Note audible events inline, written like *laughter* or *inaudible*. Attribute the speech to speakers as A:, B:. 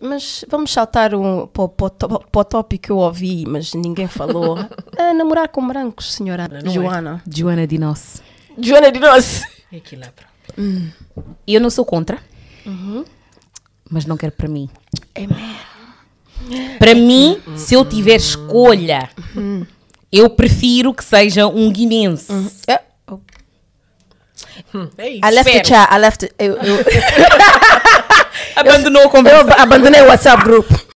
A: mas vamos saltar um, para, o- para o tó- para o tópico que eu ouvi, mas ninguém
B: *laughs*
A: falou. É namorar com brancos, senhora
B: Não é?
A: Joana.
B: Joana de nós.
A: Joana de nós.
B: E é aqui lá, pronto.
A: Hum.
B: Eu não sou contra, Uhum. mas não quero para mim.
A: É mesmo.
B: Para mim, se eu tiver escolha, eu prefiro que seja um guinense.
A: É.
B: É isso.
A: I left the
B: Oh, Espero.
A: chat, I left it. Eu, eu-
B: Abandonou a
A: eu
B: conversa.
A: ab- abandonei o WhatsApp group.